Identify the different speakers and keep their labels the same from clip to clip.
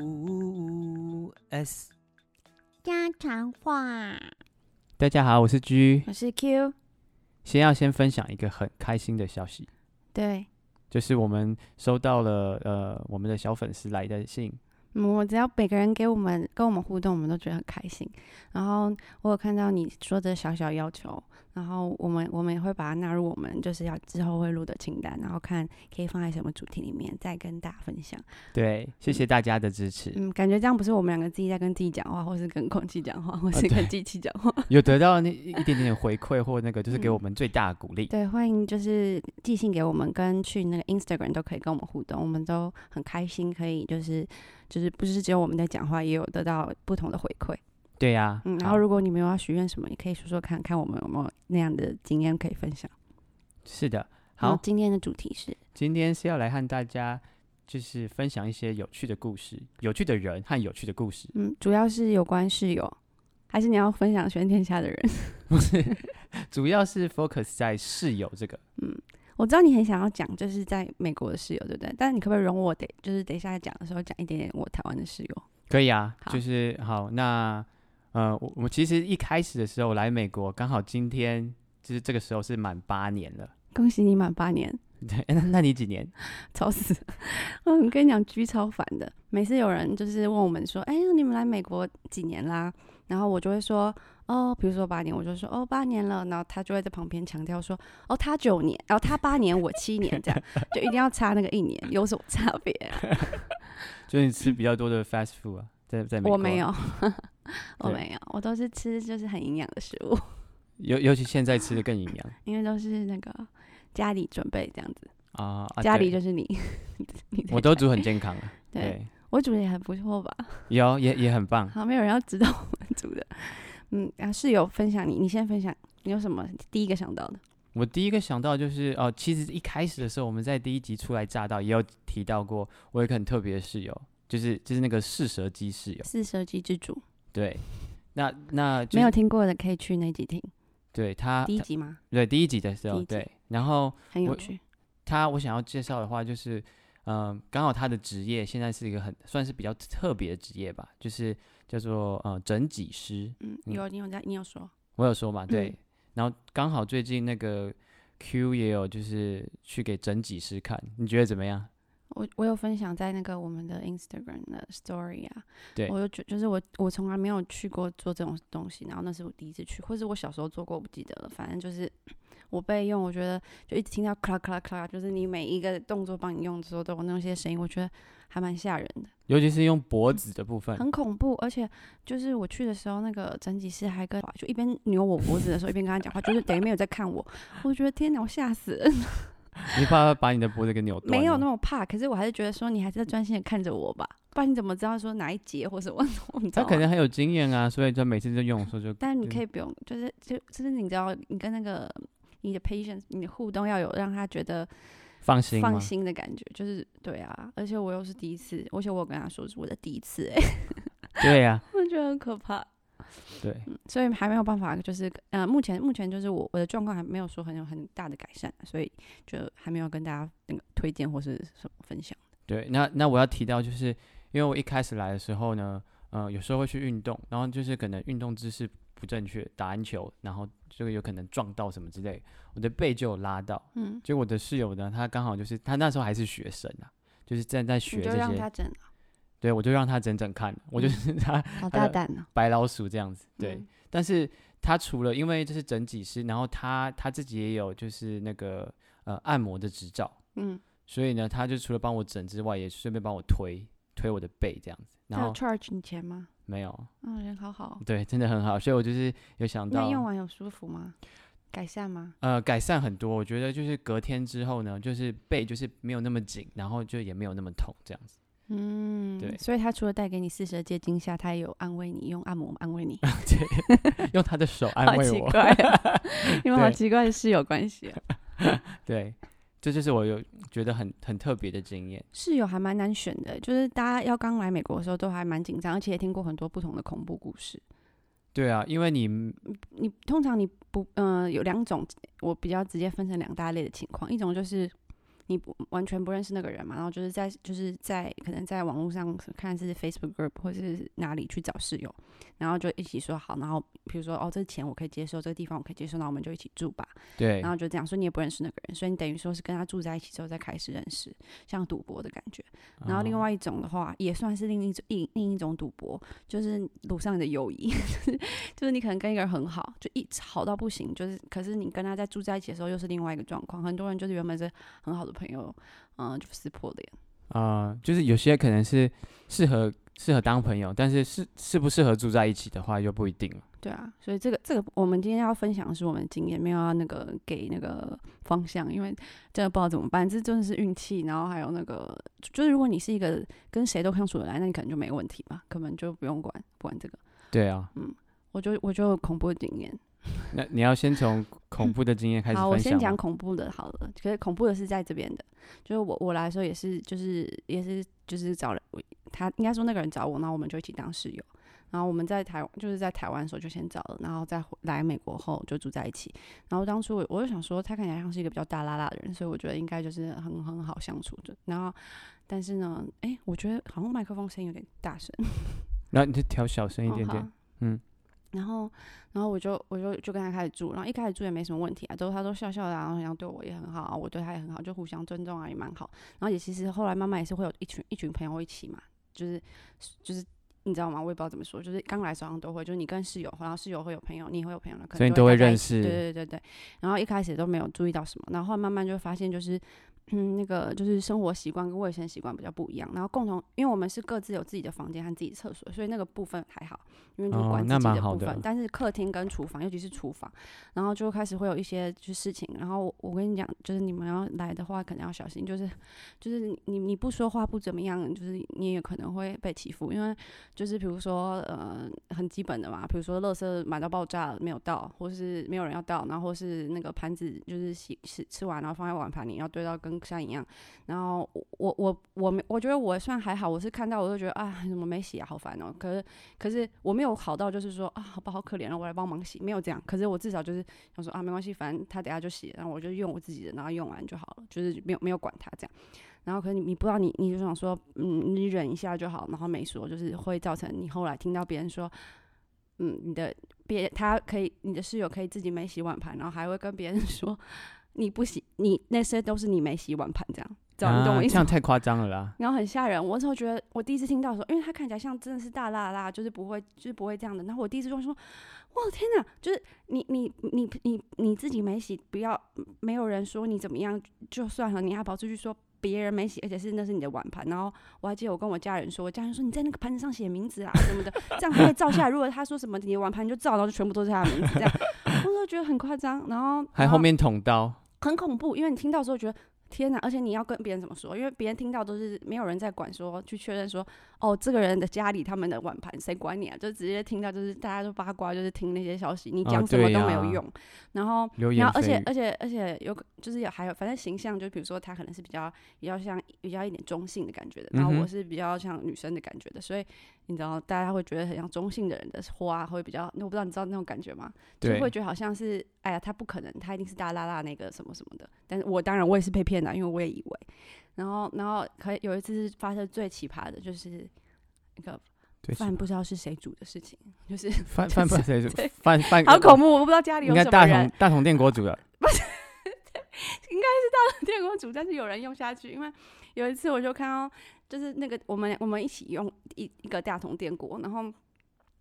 Speaker 1: U S。
Speaker 2: 家常话。
Speaker 1: 大家好，我是 G，
Speaker 2: 我是 Q，
Speaker 1: 先要先分享一个很开心的消息，
Speaker 2: 对，
Speaker 1: 就是我们收到了呃我们的小粉丝来的信，
Speaker 2: 嗯我只要每个人给我们跟我们互动，我们都觉得很开心。然后我有看到你说的小小要求，然后我们我们也会把它纳入我们就是要之后会录的清单，然后看可以放在什么主题里面，再跟大家分享。
Speaker 1: 对，谢谢大家的支持，
Speaker 2: 嗯，感觉这样不是我们两个自己在跟自己讲话，或是跟空气讲话，或是
Speaker 1: 对
Speaker 2: 跟机器讲话。
Speaker 1: 有得到那一点点回馈或那个，就是给
Speaker 2: 嗯
Speaker 1: 我们最大的鼓励。
Speaker 2: 对，欢迎就是寄信给我们，跟去那个 Instagram 都可以跟我们互动，我们都很开心，可以就是就是不是只有我们在讲话，也有得到不同的回馈。
Speaker 1: 对呀、
Speaker 2: 嗯，然
Speaker 1: 好
Speaker 2: 后如果你们有要许愿什么，也可以说说看看我们有没有那样的经验可以分享。
Speaker 1: 是的，
Speaker 2: 然后
Speaker 1: 好，
Speaker 2: 今天的主题是
Speaker 1: 今天是要来和大家就是分享一些有趣的故事、有趣的人和有趣的故事。
Speaker 2: 嗯，主要是有关室友，还是你要分享全天下的人？
Speaker 1: 不是， 主要是 focus 在室友这个。
Speaker 2: 我知道你很想要讲，就是在美国的室友，对不对？但你可不可以容我得，就是等一下讲的时候讲一点点我台湾的室友？
Speaker 1: 可以啊，
Speaker 2: 好
Speaker 1: 就是好。那呃，我我其实一开始的时候来美国，刚好今天就是这个时候是满八年了。
Speaker 2: 恭喜你满八年。
Speaker 1: 对，那那你几年？
Speaker 2: 超死！ 嗯，跟你讲居超烦的。每次有人就是问我们说：“哎、你们来美国几年啦？”然后我就会说：“哦，比如说八年。”我就说：“哦，八年了。”然后他就会在旁边强调说：“哦，他九年，然后他八年，我七年。”这样就一定要差那个一年，有什么差别 啊、
Speaker 1: 就是你吃比较多 的 fast food 啊，在在美国。
Speaker 2: 我 没。有，我
Speaker 1: 对
Speaker 2: 没有，我都是吃就是很营养的食物，
Speaker 1: 尤尤其现在吃的更营养
Speaker 2: 因为都是那个家里准备这样子，
Speaker 1: 啊。啊
Speaker 2: 家里
Speaker 1: 对
Speaker 2: 就是你， 你在
Speaker 1: 我都
Speaker 2: 家
Speaker 1: 煮很健康啊。
Speaker 2: 对
Speaker 1: 对，
Speaker 2: 我煮的也很不错吧。
Speaker 1: 有也也很棒。
Speaker 2: 好，没有人要知道我们组的。嗯，然后室友分享你，你先分享，你有什么第一个想到的？
Speaker 1: 我第一个想到就是哦、其实一开始的时候，我们在第一集初来乍到也有提到过，我有一个很特别的室友，就是就是那个试蛇鸡室友。
Speaker 2: 四蛇姬之主，
Speaker 1: 对，那那、就是、啊
Speaker 2: 没有听过的可以去那集听，
Speaker 1: 对他
Speaker 2: 第一集吗？
Speaker 1: 对第一集的时
Speaker 2: 第
Speaker 1: 候
Speaker 2: 一集
Speaker 1: 对，然后
Speaker 2: 很有
Speaker 1: 我
Speaker 2: 趣。
Speaker 1: 他我想要介绍的话就是，嗯、刚好他的职业现在是一个很算是比较特别的职业吧，就是叫做呃整脊师，
Speaker 2: 嗯，
Speaker 1: 嗯
Speaker 2: 有你有在，你有说，
Speaker 1: 我有说嘛，对。
Speaker 2: 嗯
Speaker 1: 然后刚好最近那个 Q 也有就是去给整脊师看，你觉得怎么样？
Speaker 2: 我我有分享在那个我们的 Instagram 的 Story 啊。
Speaker 1: 对
Speaker 2: 我就觉就是我我从来没有去过做这种东西，然后那是我第一次去，或是我小时候做过，我不记得了。反正就是 我被用，我觉得就一直听到咔啦咔啦咔啦，就是你每一个动作帮你用的时候都有那些声音，我觉得还蛮吓人的。
Speaker 1: 尤其是用脖子的部分，
Speaker 2: 很恐怖，而且就是我去的时候，那个整脊师还跟就一边扭我脖子的时候，一边跟他讲话，就是等于没有在看我。我觉得天哪，我吓死了！
Speaker 1: 你怕把你的脖子给扭断吗？
Speaker 2: 没有那么怕，可是我还是觉得说你还是在专心的看着我吧，不然你怎么知道说哪一节或什么？ 你知
Speaker 1: 他
Speaker 2: 道
Speaker 1: 可
Speaker 2: 吗？
Speaker 1: 能很有经验啊，所以就每次就用的时候就。
Speaker 2: 但你可
Speaker 1: 以，
Speaker 2: 以不用，就是就就是你知道，你跟那个你的 patient 你的互动要有让他觉得
Speaker 1: 放心吗
Speaker 2: 放心的感觉，就是对啊。而且我又是第一次，而且我有跟他说是我的第一次、哎，
Speaker 1: 对呀、
Speaker 2: 我觉得很可怕。
Speaker 1: 对，
Speaker 2: 所以还没有办法，就是呃，目前目前就是我我的状况还没有说很有很大的改善，所以就还没有跟大家那个推荐或是什么分享。
Speaker 1: 对，那那我要提到，就是因为我一开始来的时候呢，呃，有时候会去运动，然后就是可能运动姿势不正确，打篮球，然后就有可能撞到什么之类，我的背就有拉到。
Speaker 2: 嗯，
Speaker 1: 结果我的室友呢，他刚好就是他那时候还是学生啊，就是正在学
Speaker 2: 你就
Speaker 1: 这
Speaker 2: 让他
Speaker 1: 些，
Speaker 2: 整，
Speaker 1: 对我就让他整整看，我就是他
Speaker 2: 好
Speaker 1: 大
Speaker 2: 大胆呢、
Speaker 1: 白老鼠这样子，对。
Speaker 2: 嗯
Speaker 1: 但是他除了因为这是整脊师，然后他他自己也有就是那个呃按摩的执照，
Speaker 2: 嗯，
Speaker 1: 所以呢，他就除了帮我整之外，也顺便帮我推推我的背这样子。然
Speaker 2: 他
Speaker 1: 后
Speaker 2: 有 charge 你钱吗？
Speaker 1: 没有，
Speaker 2: 嗯、人好好哦。
Speaker 1: 对，真的很好，所以我就是有想
Speaker 2: 那
Speaker 1: 到，
Speaker 2: 用啊完有舒服吗？改善吗？
Speaker 1: 呃，改善很多。我觉得就是隔天之后呢，就是背就是没有那么紧，然后就也没有那么痛这 样子。
Speaker 2: 嗯，
Speaker 1: 对
Speaker 2: 所以他除了带给你四十的结晶下，他也有安慰你，用按摩 安慰你。
Speaker 1: 对，用他的手安
Speaker 2: 好
Speaker 1: 慰
Speaker 2: 奇
Speaker 1: 我。
Speaker 2: 怪、 啊，你们好
Speaker 1: 对
Speaker 2: 奇怪的室友关系、啊。
Speaker 1: 对，这就是我有觉得很很特别的经验。
Speaker 2: 室友还蛮难选的，就是大家要刚来美国的时候都还蛮紧张，而且也听过很多不同的恐怖故事。
Speaker 1: 对啊，因为你
Speaker 2: 你呃通常你不，嗯、有两种，我比较直接分成两大类的情况，一种就是你不完全不认识那个人嘛，然后就是在就是在可能在网络上看是 Facebook group 或是哪里去找室友，然后就一起说好，然后比如说哦这钱我可以接受，这个地方我可以接受，那我们就一起住吧，
Speaker 1: 对
Speaker 2: 然，后就这样，所以你也不认识那个人，所以你等于说是跟他住在一起之后再开始认识，像赌博的感觉。然后另
Speaker 1: 哦
Speaker 2: 外一种的话，也算是另一种另另一种赌博，就是赌上你的友谊， 就是就是你可能跟一个人很好，就一好到不行，就是可是你跟他在住在一起的时候又是另外一个状况。很多人就是原本是很好的朋友，嗯、就撕破脸。
Speaker 1: 啊、就是有些可能是适合适合当朋友，但是适适不适合住在一起的话又不一定了。
Speaker 2: 对啊，所以这个这个我们今天要分享的是我们的经验，没有要那个给那个方向，因为真的不知道怎么办，这真的是运气，然后还有那个就就是如果你是一个跟谁都相处得来，那你可能就没问题吧，根本就不用管管这个。
Speaker 1: 对啊，
Speaker 2: 我就我就有恐怖的经验，
Speaker 1: 那你要先 从恐怖的经验开始
Speaker 2: 好，我
Speaker 1: 分
Speaker 2: 先
Speaker 1: 享
Speaker 2: 讲
Speaker 1: 吗。
Speaker 2: 恐怖的好了。可是恐怖的是在这边的，就是我我来说也是，就是也是就是找人，我他应该说那个人找我，然后我们就一起当室友。然后我们在台湾就是在台湾的时候就先找了，然后再回来美国后就住在一起。然后当初我我就想说，他看起来像是一个比较大拉拉的人，所以我觉得应该就是很很好相处的。然后但是呢，哎，我觉得好像麦克风声音有点大声，
Speaker 1: 然后你就调小声一
Speaker 2: 哦
Speaker 1: 点
Speaker 2: 好
Speaker 1: 点。嗯。
Speaker 2: 然后，然后我就我就就跟他开始住，然后一开始住也没什么问题啊，都他都笑笑的、啊，然后对我也很好啊，我对他也很好，就互相尊重啊，也蛮好。然后也其实后来慢慢也是会有一群一群朋友一起嘛，就是就是你知道吗？我也不知道怎么说，就是刚来时候好像都会，就是你跟室友，然后室友会有朋友，你也会有朋友，可能
Speaker 1: 所以你
Speaker 2: 就
Speaker 1: 都会
Speaker 2: 大家
Speaker 1: 认
Speaker 2: 一起
Speaker 1: 识
Speaker 2: 对对对对。然后一开始都没有注意到什么，然后后来慢慢就发现就是。嗯，那个就是生活习惯跟卫生习惯比较不一样，然后共同，因为我们是各自有自己的房间和自己厕所，所以那个部分还好，因为就是
Speaker 1: 哦
Speaker 2: 管自
Speaker 1: 那
Speaker 2: 己
Speaker 1: 蛮
Speaker 2: 的
Speaker 1: 好
Speaker 2: 部分。
Speaker 1: 的
Speaker 2: 但是客厅跟厨房，尤其是厨房，然后就开始会有一些就是事情。然后我我跟你讲，就是你们要来的话，可能要小心，就是就是你你不说话不怎么样，就是你也可能会被欺负，因为就是比如说呃很基本的嘛，比如说垃圾买到爆炸了没有倒，或是没有人要倒，然后或是那个盘子就是洗洗吃完然后放在碗盘里要堆到跟山一样，然后我我我我没我觉得我算还好，我是看到我就觉得啊怎么没洗啊好烦哦，可是可是我没有好到就是说啊好吧好可怜了我来帮忙洗，没有这样，可是我至少就是想说啊没关系，反正他等下就洗，然后我就用我自己的，然后用完就好了，就是没有没有管他这样。然后可是你你不知道你你就想说，嗯，你忍一下就好，然后没说，就是会造成你后来听到别人说，嗯，你的别他可以你的室友可以自己没洗碗盘，然后还会跟别人说你不洗，你那些都是你没洗碗盘这样，知道、你懂
Speaker 1: 啊
Speaker 2: 我意
Speaker 1: 这
Speaker 2: 思吗
Speaker 1: 样？太夸张了啦。
Speaker 2: 然后很吓人，我那时候觉得，我第一次听到的时候，因为他看起来像真的是大辣辣，就是不会，就是不会这样的。然后我第一次就说，哇天哪，就是你你你你你自己没洗，不要没有人说你怎么样就算了，你还跑出去说别人没洗，而且是那是你的碗盘。然后我还记得我跟我家人说，我家人说你在那个盘子上写名字啊什么的，这样他会照下来。如果他说什么你的碗盘就照，然后就全部都是他的名字，这样 我都觉得很夸张。然后
Speaker 1: 还
Speaker 2: 然
Speaker 1: 后
Speaker 2: 后
Speaker 1: 面捅刀，
Speaker 2: 很恐怖，因为你听到之后觉得天哪，而且你要跟别人怎么说？因为别人听到都是没有人在管说去确认说哦，这个人的家里他们的碗盘谁管你啊？就直接听到就是大家都八卦，就是听那些消息，你
Speaker 1: 啊
Speaker 2: 讲什么
Speaker 1: 对
Speaker 2: 都没有
Speaker 1: 呀
Speaker 2: 用。然后
Speaker 1: 流言
Speaker 2: 然后而且
Speaker 1: 蜚语。
Speaker 2: 而且而且有可就是有还有，反正形象就比如说他可能是比较比较像比较一点中性的感觉的，然后
Speaker 1: 嗯
Speaker 2: 我
Speaker 1: 哼
Speaker 2: 是比较像女生的感觉的，所以你知道大家会觉得很像中性的人的花会比较，我不知道你知道那种感觉吗？就
Speaker 1: 对
Speaker 2: 会觉得好像是哎呀他不可能，他一定是大拉拉那个什么什么的，但是我当然我也是被骗的，因为我也以为，然后然后可有一次是发生最奇葩的就是那个
Speaker 1: 对，
Speaker 2: 饭不知道是谁煮的事情，就是
Speaker 1: 犯
Speaker 2: 就
Speaker 1: 犯
Speaker 2: 是
Speaker 1: 不谁
Speaker 2: 对
Speaker 1: 犯犯
Speaker 2: 好恐怖，我不知道家里有
Speaker 1: 呃应该
Speaker 2: 什么
Speaker 1: 大
Speaker 2: 人
Speaker 1: 同。大同电锅煮的，
Speaker 2: 电锅煮，但是有人用下去，因为有一次我就看到，就是那个我们我们一起用一一个大同电锅，然后。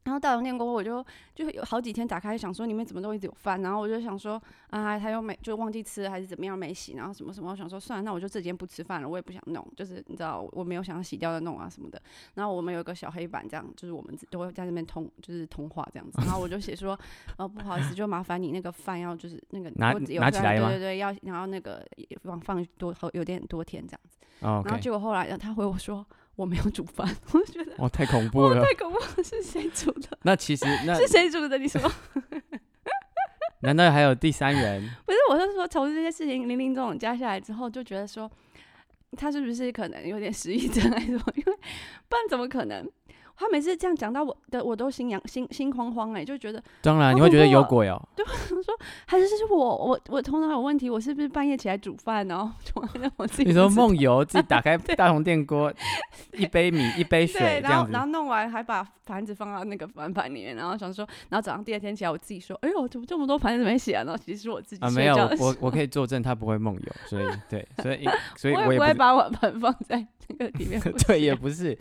Speaker 2: 然后大同电锅，我就就有好几天打开，想说里面怎么都一直有饭，然后我就想说啊，他又没就忘记吃还是怎么样没洗，然后什么什么，我想说算了，那我就这几天不吃饭了，我也不想弄，就是你知道我没有想要洗掉再弄啊什么的。然后我们有一个小黑板，这样就是我们都会在那边通就是通话这样子，然后我就写说哦，不好意思，就麻烦你那个饭要就是那个
Speaker 1: 拿
Speaker 2: 锅子有
Speaker 1: 拿起
Speaker 2: 饭
Speaker 1: 来吗
Speaker 2: 对对对，要然后那个放放多好有点多天这样子。
Speaker 1: 哦
Speaker 2: 然后
Speaker 1: OK，
Speaker 2: 结果后来他回我说我没有煮饭， 我就觉得
Speaker 1: 哦，太恐 怖了。
Speaker 2: 太恐怖了，是谁煮的？
Speaker 1: 那其实那
Speaker 2: 是谁煮的？你说
Speaker 1: 难道还有第三人？
Speaker 2: 不是？我是说从这些事情零零总总加下来之后，就觉得 说他是不是可能有点失忆症还是什么？因为不然怎么可能？他每次这样讲到我的，我都心痒心心慌慌哎、就觉得
Speaker 1: 当然
Speaker 2: 好
Speaker 1: 你会觉得
Speaker 2: 恐怖
Speaker 1: 有
Speaker 2: 哦
Speaker 1: 鬼哦，
Speaker 2: 还是是我我我头脑有问题，我是不是半夜起来煮饭，然后煮完让我自己
Speaker 1: 你说
Speaker 2: 不知道
Speaker 1: 梦 游自己打开大同电锅，一杯米一杯水
Speaker 2: 对，
Speaker 1: 这
Speaker 2: 然
Speaker 1: 样
Speaker 2: 后
Speaker 1: 子
Speaker 2: 然，后弄完还把盘子放到那个碗盘里面，然后想说，然后早上第二天起来，我自己说，哎呦，怎么这么多盘子没洗啊？然后其实是我自己
Speaker 1: 啊，没
Speaker 2: 睡
Speaker 1: 有，
Speaker 2: 觉的时候
Speaker 1: 我我可以作证他不会梦游，所以对，所 以所以
Speaker 2: 我
Speaker 1: 也不
Speaker 2: 也不会
Speaker 1: 是
Speaker 2: 把碗盘放在那个里面不洗啊。
Speaker 1: 对，也不是，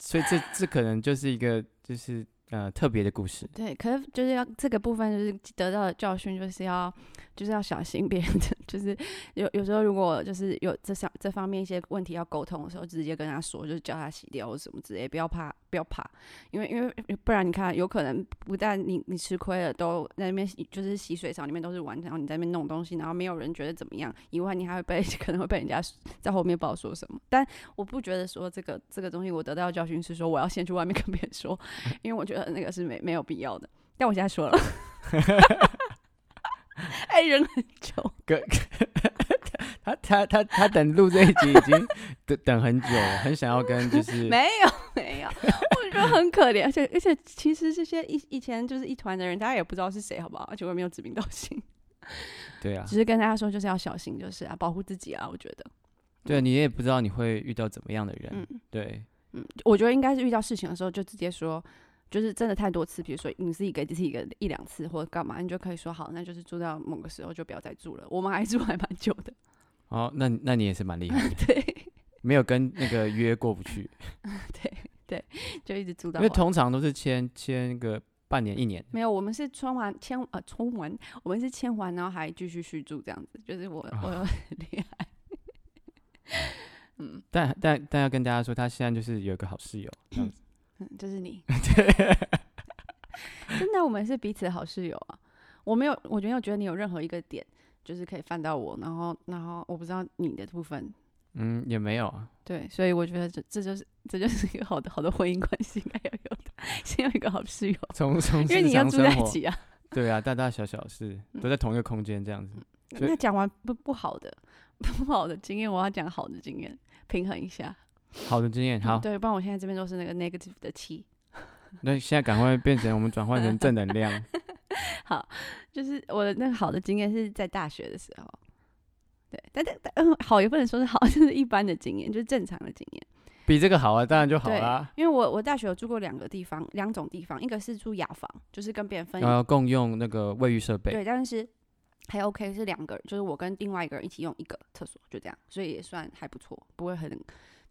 Speaker 1: 所以这这可能就是一个就是呃特别的故事。
Speaker 2: 对，可是就是要这个部分，就是得到的教训，就是要就是要小心别人的， 就是有有时候如果就是有这项这方面一些问题要沟通的时候，直接跟他说，就是叫他洗掉或什么之类，不要怕，不要怕，因为因为不然你看，有可能不但你你吃亏了，都在那边洗就是洗水槽里面都是碗，然后你在那边弄东西，然后没有人觉得怎么样，以外你还会被 可能会被人家在后面不好说什么。但我不觉得说这个这个东西，我得到的教训是说我要先去外面跟别人说，因为我觉得那个是没没有必要的。但我现在说 了，哎，忍很久，
Speaker 1: 哥， 他他他他等录这一集已经等等很久了，很想要跟 就是
Speaker 2: 没有没 有，我觉得很可怜，而且而且其实这些以以前就是一团的人，大家也不知道是谁，好不好？而且我也没有指名道姓，
Speaker 1: 对啊，
Speaker 2: 只是跟大家说就是要小心，就是啊，保护自己啊。我觉得，
Speaker 1: 对你也不知道你会遇到怎么样的人，
Speaker 2: 嗯
Speaker 1: 对，
Speaker 2: 嗯，我觉得应该是遇到事情的时候就直接说。就是真的太多次，比如说你自己给自己一个一两次或者干嘛，你就可以说好，那就是住到某个时候就不要再住了。我们还住还蛮久的，
Speaker 1: 哦，那那你也是蛮厉害的，
Speaker 2: 对
Speaker 1: 没有跟那个约过不 去，
Speaker 2: 对对，就一直住到
Speaker 1: 因
Speaker 2: 后来。
Speaker 1: 为通常都是签签个半年一年，
Speaker 2: 没有，我们是签完签呃签完，我们是签完然后还继续续住这样子，就是我、
Speaker 1: 啊
Speaker 2: 我有恋爱，
Speaker 1: 但但但要跟大家说，他现在就是有一个好室友，这 样子
Speaker 2: 嗯就 是你，真的我们是彼此好室友啊。我没有，我没有觉得你有任何一个点就是可以犯到我，然后然后我不知道你的部分，
Speaker 1: 嗯，也没有啊，
Speaker 2: 对，所以我觉得这这就是这就是一个好的好的婚姻关系应该要有的，先有一个好室友，
Speaker 1: 从从
Speaker 2: 因为
Speaker 1: 日
Speaker 2: 你要
Speaker 1: 常
Speaker 2: 住
Speaker 1: 生
Speaker 2: 在一
Speaker 1: 活，
Speaker 2: 起啊。
Speaker 1: 对啊，大大小小事
Speaker 2: 嗯
Speaker 1: 都在同一个空间这样子，所以
Speaker 2: 那讲完不不好的 不好的经验，我要讲好的经验，平衡一下。
Speaker 1: 好的经验，
Speaker 2: 嗯
Speaker 1: 好，
Speaker 2: 对，不然我现在这边都是那个 negative 的气，
Speaker 1: 那现在赶快变成我们转换成正能 量，
Speaker 2: 就是我的那个好的经验是在大学的时候，对，但但但嗯，好也不能说是好， 就是一般的经验，就是正常的经验。
Speaker 1: 比这个好啊，当然就好
Speaker 2: 对
Speaker 1: 啦，
Speaker 2: 因为我我大学有住过两个地方，两种地方，一个是住雅房，就是跟别人分，
Speaker 1: 然后共用那个卫浴设备，
Speaker 2: 对，但是还 OK 是两个人，就是我跟另外一个人一起用一个厕所，就这样，所以也算还不错，不会很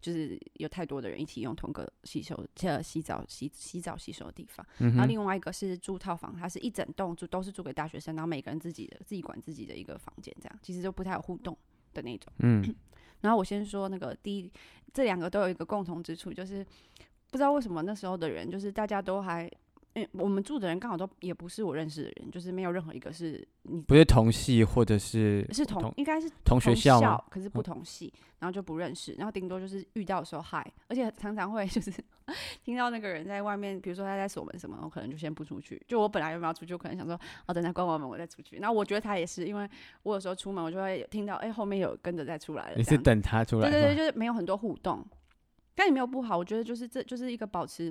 Speaker 2: 就是有太多的人一起用同个洗手、呃洗澡、洗洗澡、洗手的地方。
Speaker 1: 嗯
Speaker 2: 然后
Speaker 1: 哼，
Speaker 2: 另外一个是住套房，它是一整栋住都是住给大学生，然后每个人自己的自己管自己的一个房间，这样其实就不太有互动的那种。
Speaker 1: 嗯，
Speaker 2: 然后我先说那个第一，这两个都有一个共同之处，就是不知道为什么那时候的人，就是大家都还，嗯，我们住的人刚好都也不是我认识的人，就是没有任何一个是你
Speaker 1: 不是同系或者是
Speaker 2: 是同
Speaker 1: 同
Speaker 2: 应该是
Speaker 1: 同学校吗？嗯
Speaker 2: 可是不同系，然后就不认识，然后顶多就是遇到的时候嗨，而且常常会 就是听到那个人在外面，比如说他在锁门什么，我可能就先不出去。就我本来有没有出去，我可能想说，哦，等他关完门我再出去。然后我觉得他也是，因为我有时候出门我就会听到，哎、后面有跟着再出来了，
Speaker 1: 你
Speaker 2: 这
Speaker 1: 是
Speaker 2: 样子
Speaker 1: 等他出来
Speaker 2: 对
Speaker 1: 吗，
Speaker 2: 对对，就是没有很多互动，但也没有不好。我觉得就是这就是一个保持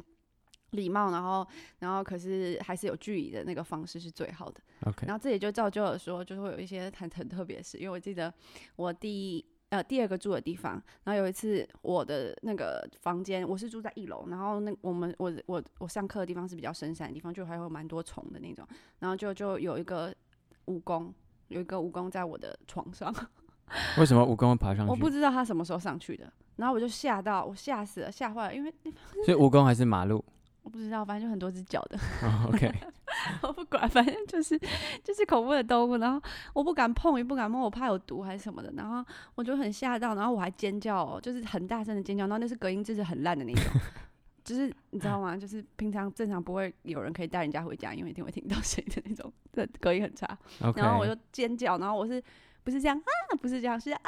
Speaker 2: 礼貌，然后然后可是还是有距离的那个方式是最好的。
Speaker 1: OK，
Speaker 2: 然后这也就造就了说，就是会有一些很很特别的事，因为我记得我第一呃第二个住的地方，然后有一次我的那个房间，我是住在一楼，然后那我们我我我上课的地方是比较深山的地方，就还有蛮多虫的那种，然后就就有一个蜈蚣，有一个蜈蚣在我的床上，
Speaker 1: 为什么蜈蚣会爬上去？
Speaker 2: 我不知道它什么时候上去的，然后我就吓到，我吓死了，吓坏了，因为
Speaker 1: 所以蜈蚣还是马路、
Speaker 2: 我不知道，反正就很多只脚的。
Speaker 1: 哦、，OK，
Speaker 2: 我不管，反正就是就是恐怖的动物，然后我不敢碰，也不敢摸，我怕有毒还是什么的，然后我就很吓到，然后我还尖叫哦，就是很大声的尖叫，然后那是隔音就是很烂的那种， 就是你知
Speaker 1: 嗯
Speaker 2: 道吗？就是平常正常不会有人可以带人家回家，因为一定会听到声音的那种，这隔音很差。
Speaker 1: OK，
Speaker 2: 然后我就尖叫，然后我是不是这样啊？不是这样，是啊，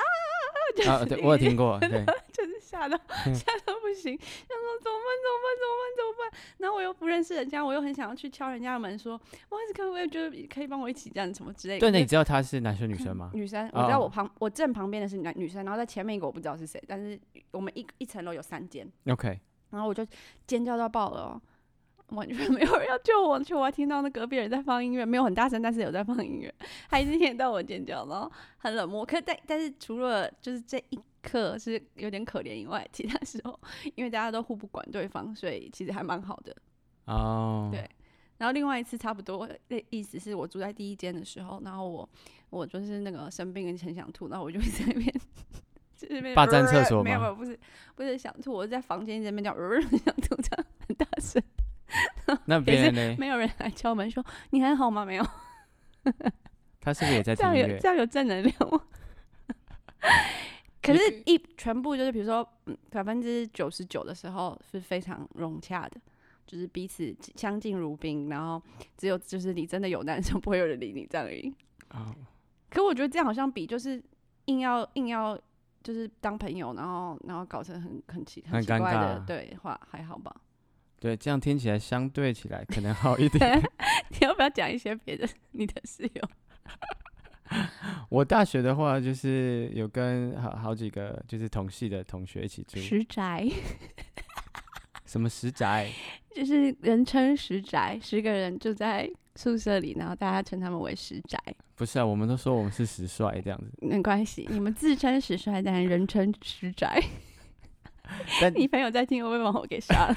Speaker 2: 就是、
Speaker 1: 啊，对我有听 过，对，
Speaker 2: 就是吓到
Speaker 1: 嗯
Speaker 2: 吓到不行，想说怎么办怎么办怎么办怎么办？然后我又不认识人家，我又很想要去敲人家的门说，不好意思，可不可以就是可以帮我一起这样什么之类的。
Speaker 1: 对，那
Speaker 2: 因
Speaker 1: 你
Speaker 2: 为
Speaker 1: 知道他是男生女生吗？
Speaker 2: 女生，我知道
Speaker 1: 哦
Speaker 2: 我旁、我正旁边的是男女生，然后在前面一个我不知道是谁，但是我们一一层楼有三间，
Speaker 1: OK，
Speaker 2: 然后我就尖叫到爆了哦、 完全没有人要救我，就我还听到那隔壁人在放音乐，没有很大声，但是有在放音乐，他一直听得到我尖叫，然后很冷漠。可但但是除了就是这一刻是有点可怜以外，其他时候因为大家都互不管对方，所以其实还蛮好的。
Speaker 1: 哦，
Speaker 2: 对然后另外一次差不多的意思是我住在第一间的时候，然后我我就是那个生病很想吐，然后我就一直在那边 就是那边呃
Speaker 1: 霸占厕所
Speaker 2: 没有
Speaker 1: 吗
Speaker 2: 没有不是不是想吐，我是在房间一直在那边叫、呃、想吐这样很大 声，
Speaker 1: 那别
Speaker 2: 也是
Speaker 1: 人呢？
Speaker 2: 没有人来敲门说你还好 吗？没有，
Speaker 1: 他是不是也在
Speaker 2: 这
Speaker 1: 听
Speaker 2: 样
Speaker 1: 音
Speaker 2: 有
Speaker 1: 乐
Speaker 2: 这？样有正能量吗？ 可是一，全部就是比如说百分之九十九的时候是非常融洽的，就是彼此相敬如宾，然后只有就是你真的有难的时候不会有人理你这样而已。
Speaker 1: 哦
Speaker 2: 可我觉得这样好像比就是硬要硬要就是当朋友，然后然后搞成很很奇
Speaker 1: 很
Speaker 2: 奇
Speaker 1: 尴
Speaker 2: 怪的
Speaker 1: 尬
Speaker 2: 对话还好吧？
Speaker 1: 对，这样听起来相对起来可能好一点。
Speaker 2: 你要不要讲一些别的你的室友？
Speaker 1: 我大学的话，就是有跟好好几个就是同系的同学一起住，
Speaker 2: 石宅
Speaker 1: 什么十宅，
Speaker 2: 就是人称石宅，十个人住在宿舍里，然后大家称他们为石宅，
Speaker 1: 不是啊，我们都说我们是十帅这样 子，
Speaker 2: 没关系，你们自称石帅，但人称石宅。
Speaker 1: 但
Speaker 2: 你朋友在听会不会把我给杀了？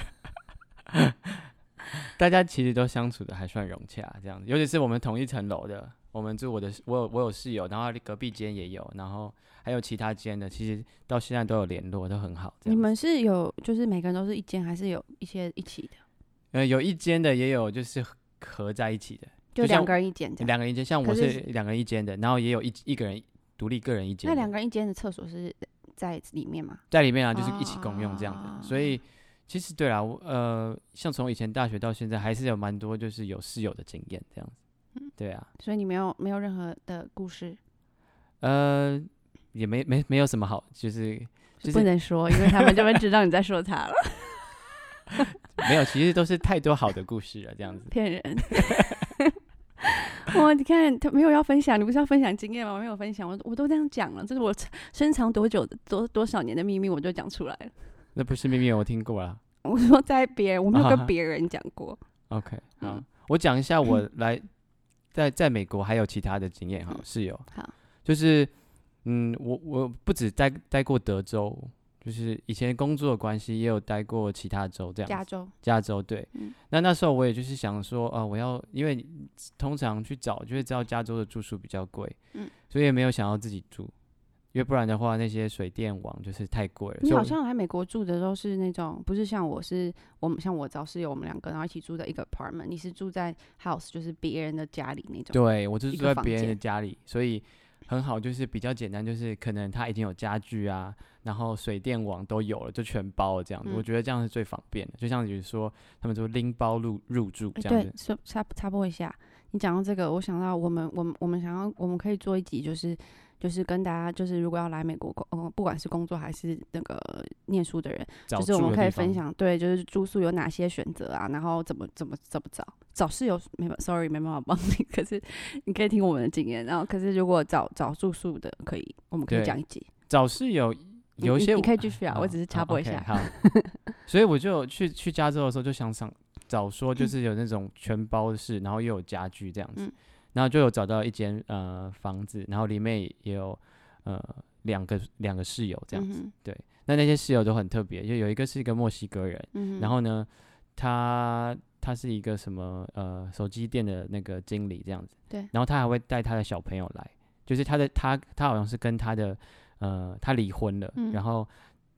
Speaker 1: 大家其实都相处的还算融洽，这样子，尤其是我们同一层楼的，我们住我的，我有我有室友，然后隔壁间也有，然后还有其他间的，其实到现在都有联络，都很好。这
Speaker 2: 你
Speaker 1: 样子
Speaker 2: 们是有就是每个人都是一间，还是有一些一起的？
Speaker 1: 呃有一间的也有就是合合在一起的，
Speaker 2: 就
Speaker 1: 就像
Speaker 2: 两个人一间这样。
Speaker 1: 两个人一间，像
Speaker 2: 可
Speaker 1: 我
Speaker 2: 是
Speaker 1: 是两个人一间的，然后也有一一个人独立个人一间
Speaker 2: 那
Speaker 1: 的，
Speaker 2: 两个人一间的厕所是在里面吗？
Speaker 1: 在里面啊，就是一起共用这样子。所以
Speaker 2: 啊
Speaker 1: 其实对啦，我呃，像从以前大学到现在，还是有蛮多就是有室友的经验这样子。对啊，
Speaker 2: 所以你没有没有任何的故事、
Speaker 1: 呃，也没没没有什么好，就是就是
Speaker 2: 不能说，因为他们就会知道你在说他了，
Speaker 1: 没有，其实都是太多好的故事了这 样子。
Speaker 2: 骗人。哇，你看他没有要分享，你不是要分享经验吗？没有分享，我我都这样讲了，这是我深藏多久的多多少年的秘密，我就讲出来了。
Speaker 1: 那不是秘密，我听过啦。
Speaker 2: 我说在别人，我没有
Speaker 1: 啊哈
Speaker 2: 跟别人讲过。
Speaker 1: OK，好，
Speaker 2: 嗯
Speaker 1: 我讲一下我来 在在美国还有其他的经验哈，室友。
Speaker 2: 好，
Speaker 1: 就是嗯，我我不止待待过德州，就是以前工作的关系，也有待过其他州这样子
Speaker 2: 加州，
Speaker 1: 加州对，
Speaker 2: 嗯
Speaker 1: 那那时候我也就是想说，啊，我要因为通常去找就会知道加州的住宿比较贵，
Speaker 2: 嗯
Speaker 1: 所以也没有想要自己住，因为不然的话那些水电网就是太贵了。
Speaker 2: 你
Speaker 1: 所以
Speaker 2: 好
Speaker 1: 我
Speaker 2: 像来美国住的都是那种，不是像我是我们像我找室友，我们两个然后一起住在一个 apartment，你是住在 house，就是别人的家里那种。
Speaker 1: 对我就是
Speaker 2: 一
Speaker 1: 住
Speaker 2: 个
Speaker 1: 在
Speaker 2: 房
Speaker 1: 别人的
Speaker 2: 间
Speaker 1: 家里，所以很好，就是比较简单，就是可能他已经有家具啊，然后水电网都有了，就全包了这样子。我
Speaker 2: 嗯
Speaker 1: 觉得这样是最方便的，就像比如说他们说拎包入入住
Speaker 2: 哎，
Speaker 1: 这样
Speaker 2: 对
Speaker 1: 子，，
Speaker 2: 说插插播一下，你讲到这个，我想到我们我们我们想要我们可以做一集，就是就是跟大家就是如果要来美国工，呃，不管是工作还是那个念书的人，
Speaker 1: 找
Speaker 2: 就是
Speaker 1: 住
Speaker 2: 我们
Speaker 1: 的
Speaker 2: 可以
Speaker 1: 地
Speaker 2: 分
Speaker 1: 方。
Speaker 2: 享，对，就是住宿有哪些选择啊，然后怎么怎么怎么找，找室友没办，sorry 没办法帮你， 可是你可以听我们的经验，然后可是如果找找住宿的可以，我们可以
Speaker 1: 对
Speaker 2: 讲一集，
Speaker 1: 找室友
Speaker 2: 你
Speaker 1: 有一
Speaker 2: 你
Speaker 1: 些
Speaker 2: 你
Speaker 1: 我
Speaker 2: 可以继续啊，
Speaker 1: 好
Speaker 2: 我只是插
Speaker 1: 好
Speaker 2: 播一
Speaker 1: OK，
Speaker 2: 下，
Speaker 1: 好，所以我就去去加州的时候就想想找说，就是有那种全包式，然后又有家具这样子，
Speaker 2: 嗯
Speaker 1: 然后就有找到一间呃房子，然后里面也有呃两个两个室友这样子。
Speaker 2: 嗯
Speaker 1: 那那些室友都很特别，就有一个是一个墨西哥人，
Speaker 2: 嗯哼，
Speaker 1: 然后呢，他他是一个什么呃手机店的那个经理这样子，
Speaker 2: 对
Speaker 1: 然后他还会带他的小朋友来，就是他的他他好像是跟他的呃他离婚了，
Speaker 2: 嗯
Speaker 1: 然后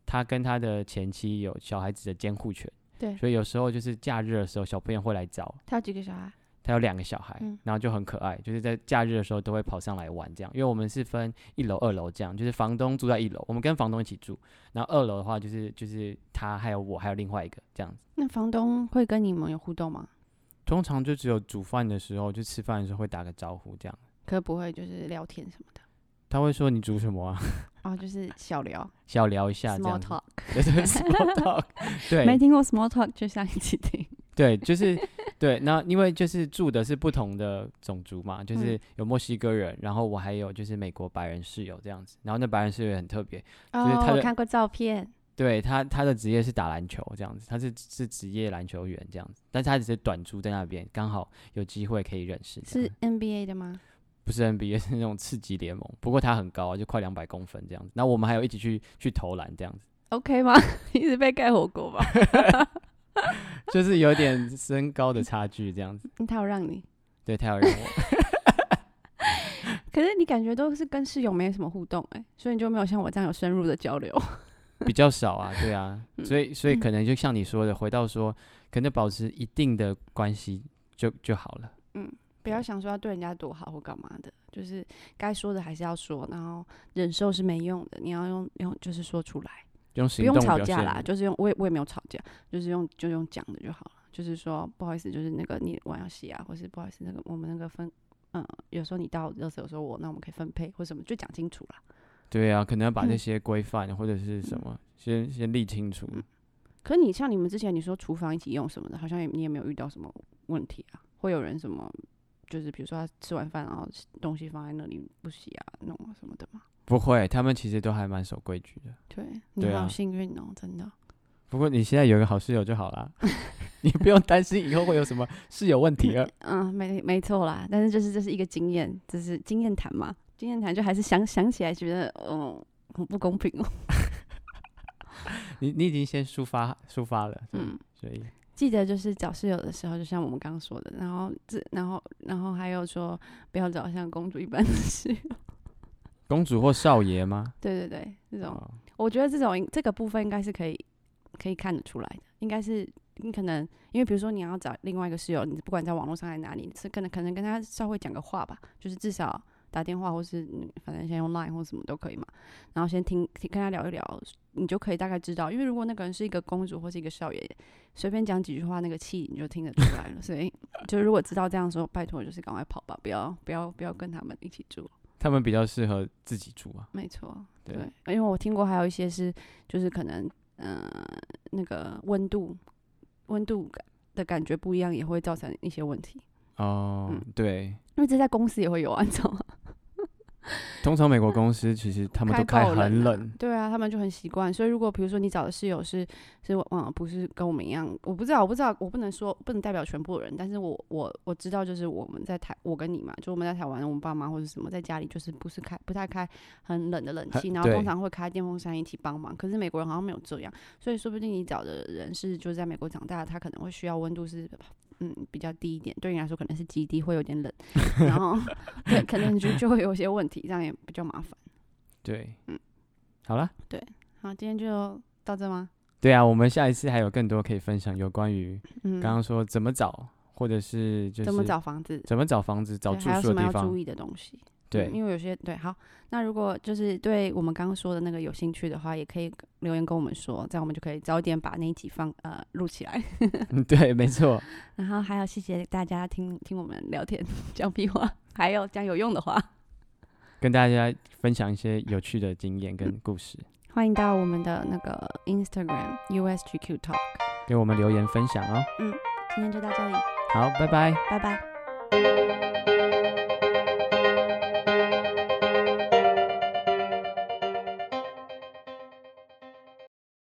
Speaker 1: 他跟他的前妻有小孩子的监护权，
Speaker 2: 对
Speaker 1: 所以有时候就是假日的时候小朋友会来找。
Speaker 2: 他有几个小孩，
Speaker 1: 他有两个小孩，
Speaker 2: 嗯
Speaker 1: 然后就很可爱，就是在假日的时候都会跑上来玩这样。因为我们是分一楼、二楼这样，就是房东住在一楼，我们跟房东一起住。然后二楼的话，就是就是他还有我还有另外一个这样子。
Speaker 2: 那房东会跟你们有互动吗？
Speaker 1: 通常就只有煮饭的时候，就吃饭的时候会打个招呼这样。
Speaker 2: 可不会就是聊天什么的，
Speaker 1: 他会说你煮什么啊？
Speaker 2: 哦，就是小聊
Speaker 1: 小聊一 下这样
Speaker 2: small
Speaker 1: 子。
Speaker 2: talk，
Speaker 1: 对对，small talk。
Speaker 2: 没
Speaker 1: 对
Speaker 2: 听过 small talk 就上一起听，
Speaker 1: 对，就是对。那因为就是住的是不同的种族嘛，
Speaker 2: 嗯
Speaker 1: 就是有墨西哥人，然后我还有就是美国白人室友这样子。然后那白人室友也很特别，就是
Speaker 2: 哦
Speaker 1: 他，
Speaker 2: 我
Speaker 1: 的
Speaker 2: 看过照片，
Speaker 1: 对他他的职业是打篮球这样子，他是是职业篮球员这样子，但是他只是短租在那边，刚好有机会可以认识这
Speaker 2: 是
Speaker 1: 样。
Speaker 2: NBA 的吗？
Speaker 1: 不是 NBA 是那种次级联盟，不过他很高啊，就快两百公分这样子。那我们还有一起去去投篮这样子，
Speaker 2: OK 吗？ 一直被盖火锅吧？
Speaker 1: 就是有点身高的差距这样子。
Speaker 2: 他有让你，
Speaker 1: 对他有让我，
Speaker 2: 可是你感觉都是跟室友没什么互动哎、所以你就没有像我这样有深入的交流。
Speaker 1: 比较少啊，对啊，
Speaker 2: 嗯
Speaker 1: 所以所以可能就像你说的，回到说，可能保持一定的关系就就好了。
Speaker 2: 不要想说要对人家多好或干嘛的，就是该说的还是要说，然后忍受是没用的，你要用用就是说出来，
Speaker 1: 用
Speaker 2: 不
Speaker 1: 行
Speaker 2: 用
Speaker 1: 动
Speaker 2: 吵
Speaker 1: 表
Speaker 2: 架
Speaker 1: 现
Speaker 2: 啦，就是用我也我也没有吵架，就是用就用讲的就好了，就是说不好意思，就是那个你玩游戏啊，或是不好意思那个我们那个分。嗯，有时候你倒热水，有时候我，那我们可以分配或什么，就讲清楚啦。
Speaker 1: 对啊，可能要把这
Speaker 2: 嗯
Speaker 1: 些规范或者是什么，先先理清楚。
Speaker 2: 可是你像你们之前你说厨房一起用什么的，好像也你也没有遇到什么问题啊？会有人什么，就是比如说他吃完饭然后东西放在那里不洗啊，弄啊什么的吗？
Speaker 1: 不会，他们其实都还蛮守规矩的。
Speaker 2: 对你
Speaker 1: 对啊
Speaker 2: 好幸运哦，真的。
Speaker 1: 不过你现在有一个好室友就好啦， 你不用担心以后会有什么室友问题 了。
Speaker 2: 嗯，没没错啦，但是就是这是一个经验，这是经验谈嘛，经验谈就还是想想起来觉得，嗯，很不公平哦。
Speaker 1: 你你已经先抒发抒发了，嗯
Speaker 2: 嗯，
Speaker 1: 所以
Speaker 2: 记得就是找室友的时候，就像我们刚刚说的，然后这，然后，然后还有说不要找像公主一般的室友。
Speaker 1: 公主或少爷吗？
Speaker 2: 对对对，这种
Speaker 1: 哦
Speaker 2: 我觉得这种应这个部分应该是可以可以看得出来的，应该是你可能因为比如说你要找另外一个室友，你不管在网络上还是哪里，是可能可能跟他稍微讲个话吧，就是至少打电话或是嗯反正先用 Line 或什么都可以嘛，然后先听听跟他聊一聊，你就可以大概知道，因为如果那个人是一个公主或是一个少爷，随便讲几句话，那个气你就听得出来了。所以就如果知道这样说，拜托就是赶快跑吧，不要不要不要跟他们一起住。
Speaker 1: 他们比较适合自己住啊。
Speaker 2: 没错，
Speaker 1: 对
Speaker 2: 对，因为我听过还有一些是，就是可能，呃，那个温度，温度感的感觉不一样，也会造成一些问题。
Speaker 1: 哦，
Speaker 2: 嗯
Speaker 1: 对，
Speaker 2: 因为这在公司也会有啊，你知道吗？
Speaker 1: 通常美国公司其实他们都开
Speaker 2: 够啊
Speaker 1: 很冷，
Speaker 2: 对啊，他们就很习惯。所以如果比如说你找的室友是是嗯，不是跟我们一样，我不知道，我不知道，我不能说不能代表全部人，但是我我我知道，就是我们在台，我跟你嘛，就我们在台湾，我们爸妈或者什么在家里就是不是开不太开很冷的冷
Speaker 1: 很
Speaker 2: 气，然后
Speaker 1: 对
Speaker 2: 通常会开电风扇一起帮忙。可是美国人好像没有这样，所以说不定你找的人是就是在美国长大的，他可能会需要温度是。嗯，比较低一点，对你来说可能是极低，会有点冷，然后 对，可能就就会有一些问题，这样也比较麻烦。
Speaker 1: 对，
Speaker 2: 嗯
Speaker 1: 好啦，
Speaker 2: 好，今天就到这吗？
Speaker 1: 对啊，我们下一次还有更多可以分享有关于
Speaker 2: 嗯，
Speaker 1: 刚刚说怎么找，或者是就是
Speaker 2: 怎么找房子，
Speaker 1: 怎么找房子、找
Speaker 2: 对
Speaker 1: 住
Speaker 2: 还有
Speaker 1: 宿
Speaker 2: 什
Speaker 1: 的
Speaker 2: 么
Speaker 1: 地
Speaker 2: 要注
Speaker 1: 方，
Speaker 2: 意的东西。
Speaker 1: 对
Speaker 2: 嗯，因为有些对，好，那如果就是对我们刚刚说的那个有兴趣的话，也可以留言跟我们说，这样我们就可以早点把那一集放呃录起来。
Speaker 1: 嗯 对，没错，
Speaker 2: 然后还有谢谢大家听听我们聊天讲屁话， 还有讲有用的话，
Speaker 1: 跟大家分享一些有趣的经验跟故事，
Speaker 2: 欢迎到我们的那个 Instagram USGQ Talk。
Speaker 1: 给我们留言分享哦。
Speaker 2: 今天就到这里，
Speaker 1: 好，拜拜。
Speaker 2: 拜拜。